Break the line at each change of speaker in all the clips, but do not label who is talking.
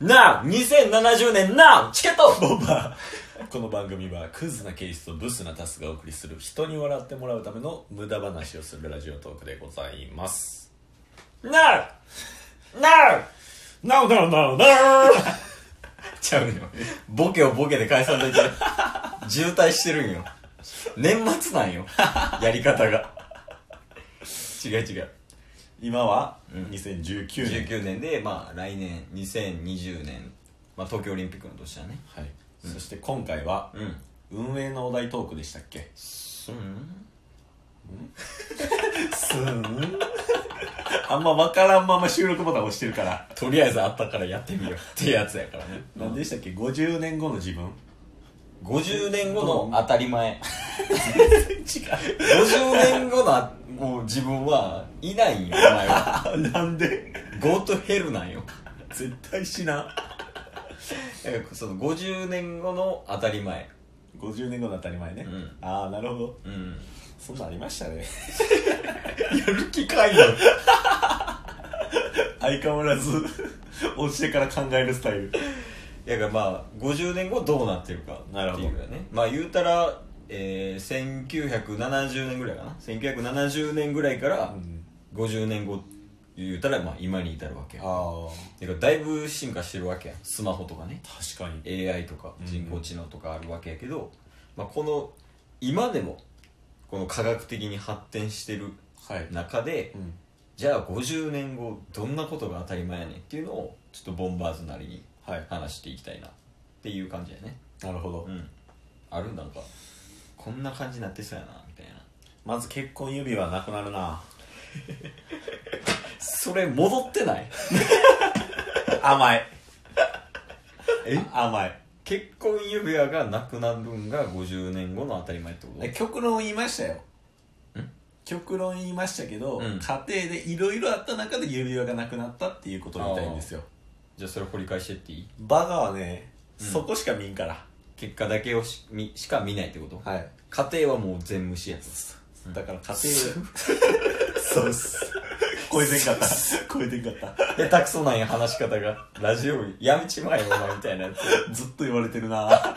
なあ !2070 年なあチケット
ボンバーこの番組はクズなケースとブスなタスがお送りする人に笑ってもらうための無駄話をするラジオトークでございます
なあなあ
なおなおなおなお
ちゃうよ。ボケをボケで返さないといけない渋滞してるんよ。年末なんよ。やり方が。違う違う。
今は2019年、
19年で、まあ来年、2020年、まあ東京オリンピックの年だね。
はい、そして今回は
うん。
運営のお題トークでしたっけ
うん
すんあんま分からんまま収録ボタン押してるから
とりあえずあったからやってみようってやつやからね。
何でしたっけ50年後の自分
50年後の当たり 前。
違う
50年後のあもう自分はいないんよ、お前は。
あなんで
Go to hell なんよ。
絶対しな
えその50年後の当たり前。
50年後の当たり前ね、
うん
ああなるほど
うん。
そんなんありましたね
やる気かいよ。
相変わらず 押してから考えるスタイル
だからまあ、50年後どうなってるか
な
っ
るほ
て
ど
いうかね。まあ言うたら、えー、1970年ぐらいかな。1970年ぐらいから
ん
50年後言うたら、まあ今に至るわけ
あ
や。
あ
だからだいぶ進化してるわけや。スマホとかね。
確かに
AI とか
うん
人工知能とかあるわけやけど、まあ、この今でもこの科学的に発展してる
はい、
中で
うん、
じゃあ50年後どんなことが当たり前やねんっていうのをちょっとボンバーズなりに
はい
話していきたいなっていう感じやね
なるほど、
うんあるなんかこんな感じになってそうやなみたいな
まず結婚指輪なくなる な
それ戻ってない
甘い
え
甘い
結婚指輪がなくなるんが50年後の当たり前ってこと
え極論言いましたよ極論言いましたけど、
うん
家庭でいろいろあった中で指輪がなくなったっていうことを言いたいんですよ
じゃあそれ掘り返してっていい
バカはね、
うん
そこしか見んから
結果だけをしみしか見ないってこと
はい
家庭はもう全無視やつ
だから 家庭そうっ す超えてん かった超えてんかった
下手くそなんや話し方がラジオやめちまえよお前みたいなや
ずっと言われてるな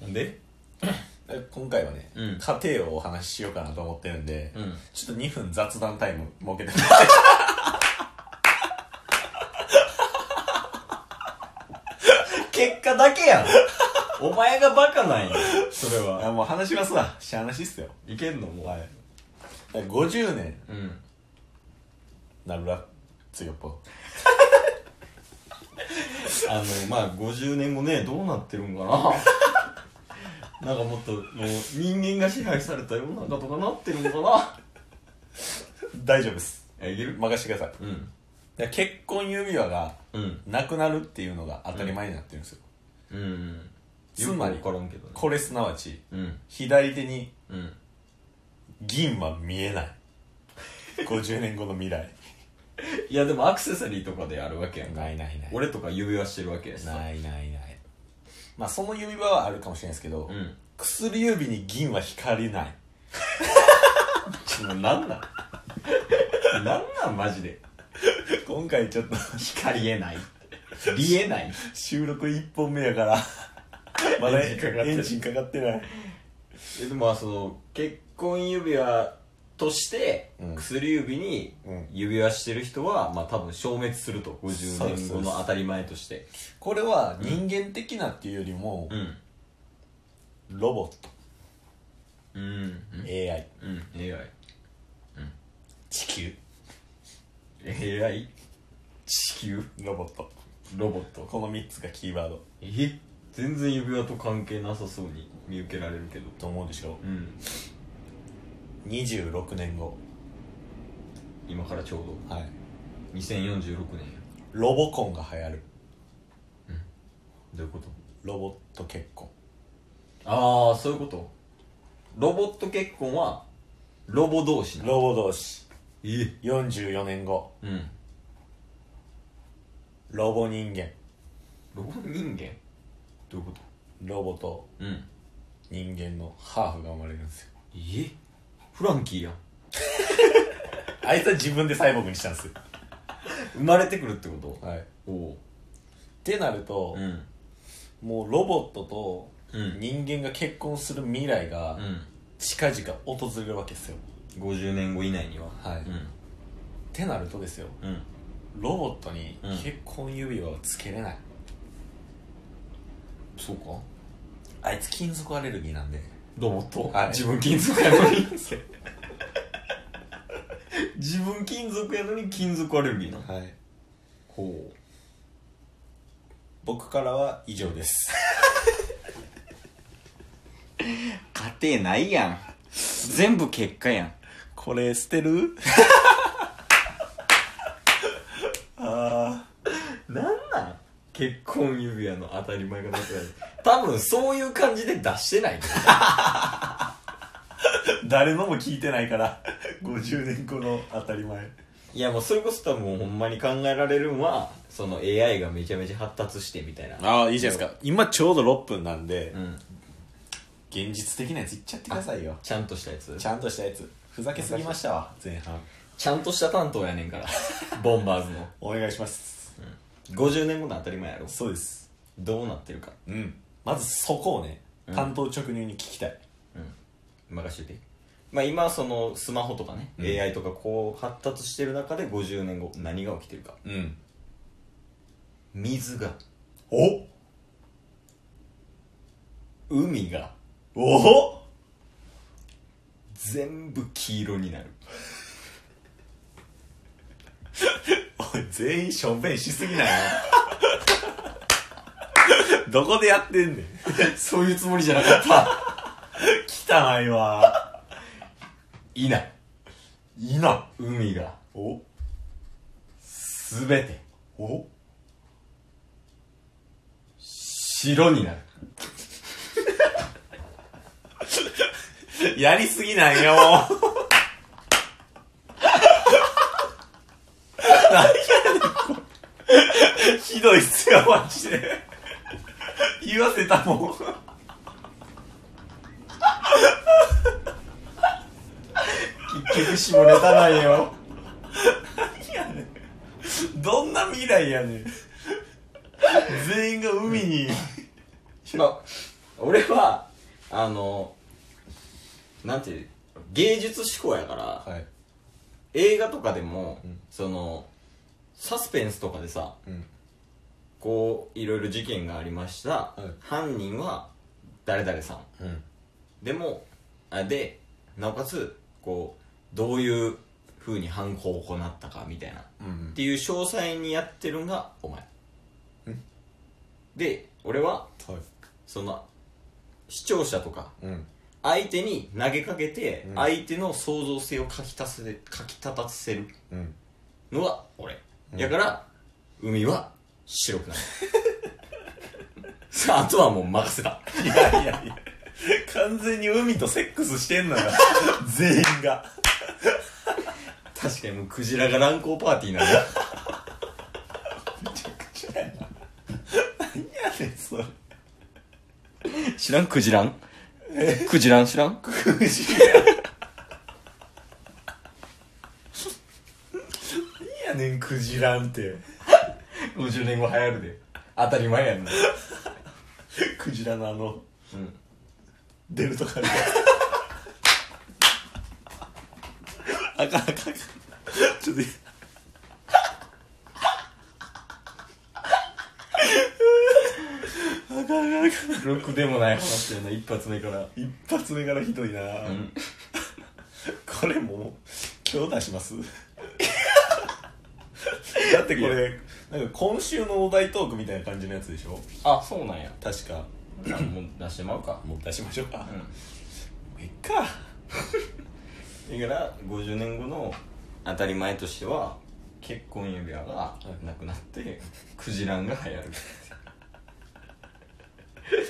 つ、うん、で
え今回はね、
うん
家庭をお話ししようかなと思ってるんで、
うん
ちょっと2分雑談タイム設けて
結果だけやんお前がバカなんやそれ
あ
は
もう話しますわしゃあなしっすよ
いけんのもう、
はいだから50年
うん
なるらつよっぽ
あのまあ50年後ねどうなってるんかななんかもっともう人間が支配された世の中とかなってるのか
大丈夫っす
ないける
任してください
うん
いや結婚指輪が
うん
なくなるっていうのが当たり前になってるんですよ、
うん
つまり
よく分からんけどね
これすなわち
うん
左手に
うん
銀は見えない50年後の未来
いやでもアクセサリーとかであるわけやんか
ないないない
俺とか指輪してるわけやしさ
ないないないまあその指輪はあるかもしれないですけど、
うん
薬指に銀は光りない
ちょなんなん なんなんマジで
今回ちょっと
光え ない見えない
収録1本目やからまだ
エンジンかかってる
エンジンかかってない
えでもまあその結婚指輪として
うん
薬指に
うん
指輪してる人はまあ多分消滅すると
そ
50
うで
年
す
後の当たり前として
これは人間的なっていうよりも、
うん
ロボット
うん
AI
うん AI
地球
AI 地球
ロボット
ロボット
この3つがキーワード
え全然指輪と関係なさそうに見受けられるけど
と思うでしょ
うん
26年後
今からちょうど
はい
2046年や
ロボコンが流行る
どういうこと
ロボット結婚
ああそういうことロボット結婚はロボ同士な
ロボ同士
え
44年後
うん
ロボ人間
ロボ人間どういうこと
ロボと
うん
人間のハーフが生まれるんですよ
えフランキーやん
あいつは自分でサイボーグにしたんですよ
生まれてくるってこと
はい
おお
てなると、
うん
もうロボットと
うん
人間が結婚する未来が近々訪れるわけですよ、
うん50年後以内には
はいってなるとですよ
うんうん
ロボットに
うん
結婚指輪をつけれない、そうかあいつ金属アレルギーなん で
ロボット、
はい
自分金属やのに 自分金属やのに金属アレルギーな
はい
ほう
僕からは以上です
家庭ないやん全部結果やん
これ捨てる あ
なんなん結婚指輪の当たり前がなくなる多分そういう感じで出してない
あ誰のも聞いてないから50年後の当たり前
いやもうそれこそ多分ほんまに考えられるんはその AI がめちゃめちゃ発達してみたいな
ああいいじゃないですか今ちょうど6分なんで、
うん
現実的なやついっちゃってくださいよ
ちゃんとしたやつ
ちゃんとしたやつふざけすぎましたわ前半
ちゃんとした担当やねんから ボンバーズの
お願いします
50年後の当たり前やろ
そうです
どうなってるか
うんまずそこをね
うん
担当直入に聞きたい、
任せてまあ今はそのスマホとかね、
うん
AI とかこう発達してる中で50年後何が起きてるか
うん
水が
お
海が
おお
全部黄色になる
い全員しょんべんしすぎないよ どこでやってんねん
そういうつもりじゃなかった。
汚いわ
いない。
いいな
海が
お
すべて
お
白になる。
やりすぎなんよ ひどいっすよマジで言わせたもん
結局下ネタなんよ。
どんな未来やねん全員が海に
まあ、俺は、あの、なんていう、芸術志向やから、
はい
映画とかでも、
うん
その、サスペンスとかでさ、
うん
こう、いろいろ事件がありました。
はい
犯人は、誰々さん。
うん
でもあでなおかつこうどういう風に犯行を行ったかみたいなっ
うん
ていう詳細にやってるんがお前
ん
で俺は
はい
その視聴者とか
うん
相手に投げかけて
うん
相手の創造性をかきたせでかき立たせる
うん
のが俺
うん
やから海は白くなる さああとはもう任せた
いやいやいや完全に海とセックスしてん のよ全員が
確かにもうクジラが乱行パーティーなんだ
何やねんそれ
知らんクジランクジラン知ら ん
クジラ何やねんクジランって
?50 年後流行るで。当たり前やんな。
クジラのあの
うん。
出るとかねあかんあかんあかんちょっとあかんあかんあかん
ろくでもない話やな、一発目から。
一発目からひどいな、
うん。
これもう今日出し ますだってこれなんか今週のお題トークみたいな感じのやつでしょ
あ、そうなんや。
確か
じゃあもう出してまうか。
もう出しましょうか、
う
いっか
ん。だから、50年後の当たり前としては、結婚指輪がなくなって、クジランが流行る。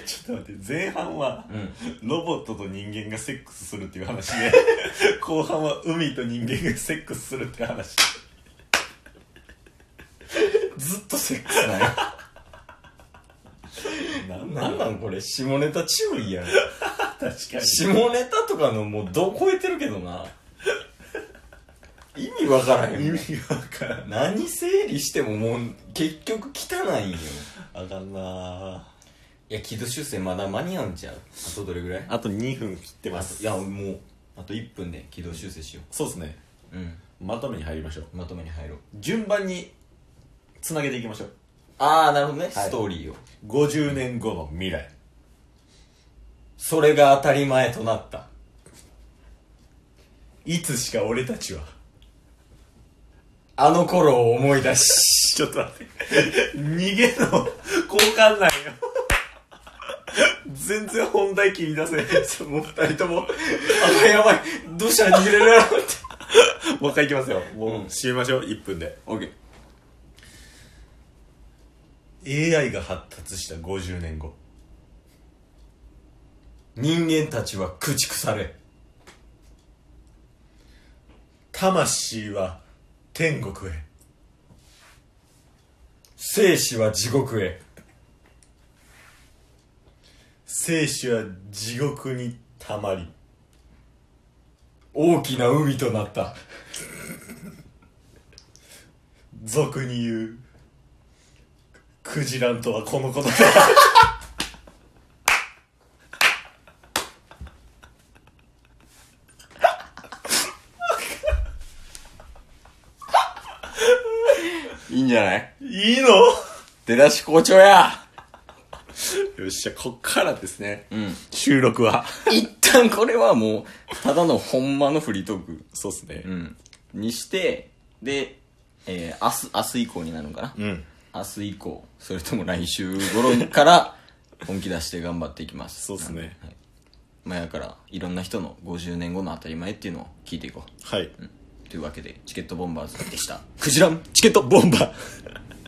ちょっと待って前半は
うん。
ロボットと人間がセックスするっていう話 で後半は海と人間がセックスするっていう話
ずっとセックスなんや。
なん
なんなんこれ、下ネタ注意やん。
確かに
下ネタとかのもう度超えてるけどな。意味わからへんもん。
意味がわからん
何整理してももう結局汚いんよ
あかんなあ
いや、軌道修正まだ間に合うんちゃうあとどれぐらい
あと2分切ってま
あと
す
いや、もう、あと1分で軌道修正しよ
そうですね
う。うん。
まとめに入りましょう
まとめに入ろう。
順番につなげていきましょう
あー、なるほどね。ストーリーを。
50年後の未来
それが当たり前となった。
いつしか俺たちは
あの頃を思い出し。
ちょっと待って逃げの交換なんよ全然本題切り出せないもう2人とも
あ、 やばい。どうしたら逃げれるやろうって。
もう一回いきますよもう
うん
締めましょう1分で
オ ッケー。
AI が発達した50年後
人間たちは駆逐され。
魂は天国へ
生死は地獄へ。
生死は地獄にたまり
大きな海となった。
俗に言うクジランとはこのことだ
いいんじゃない
いいの
出だし好調や。
よっしゃこっからですね、
ん
収録は
一旦これはもう、ただのほんまのフリートーク。
そうっすね
うん。にして、で、えー、明日、明日以降になるのかな、
うん
明日以降、それとも来週頃 から、本気出して頑張っていきます。
そうっすね
はい。まあ、やから、いろんな人の50年後の当たり前っていうのを聞いていこう。
はい
というわけで、チケットボンバーズでした。クジランチケットボンバー